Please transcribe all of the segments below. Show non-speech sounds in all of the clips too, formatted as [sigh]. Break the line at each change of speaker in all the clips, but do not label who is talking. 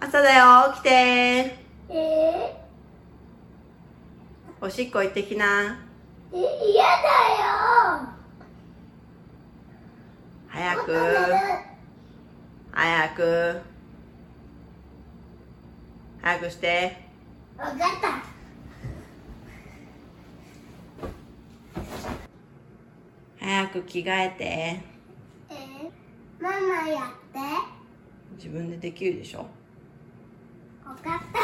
朝だよ、起きて
ええ
おしっこ行ってきな。
ー、え嫌だよ
早く、
え
早く。早くして。
わかった
早く着替えて。
えー、ママやって
自分でできるでしょ。
わかった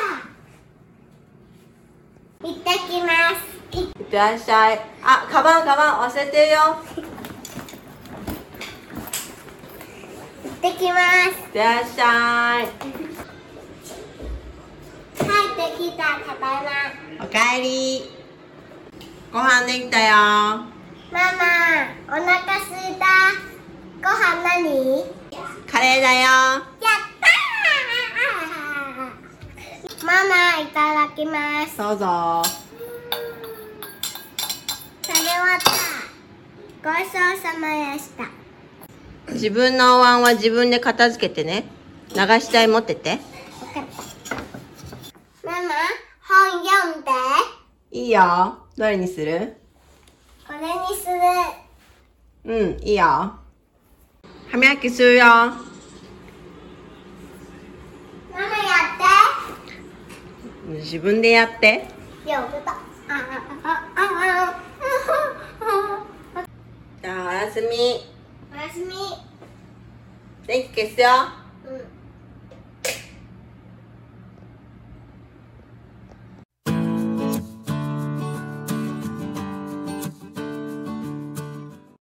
いってきますい
いってらっしゃい。あ、カバン、カバン、忘れてるよ。
ってきます
いってらっしゃい。
帰ってきたただいま
おかえり。ご飯できたよ。
ママお腹すいたご飯何や
カレーだよ。
ったーママいただきます
どうぞ。
食べ終わったごちそうさまでした
自分のお椀は自分で片付けてね。流し台持ってて。
ママ本読んで
いいよ。どれにする
これにする
うん、いいよ。歯磨きするよ。
ママや
自分でや
っ
って。
てよぶとあああああ
[laughs] じゃあ、おやすみ。
おやすみ
電気消すよ。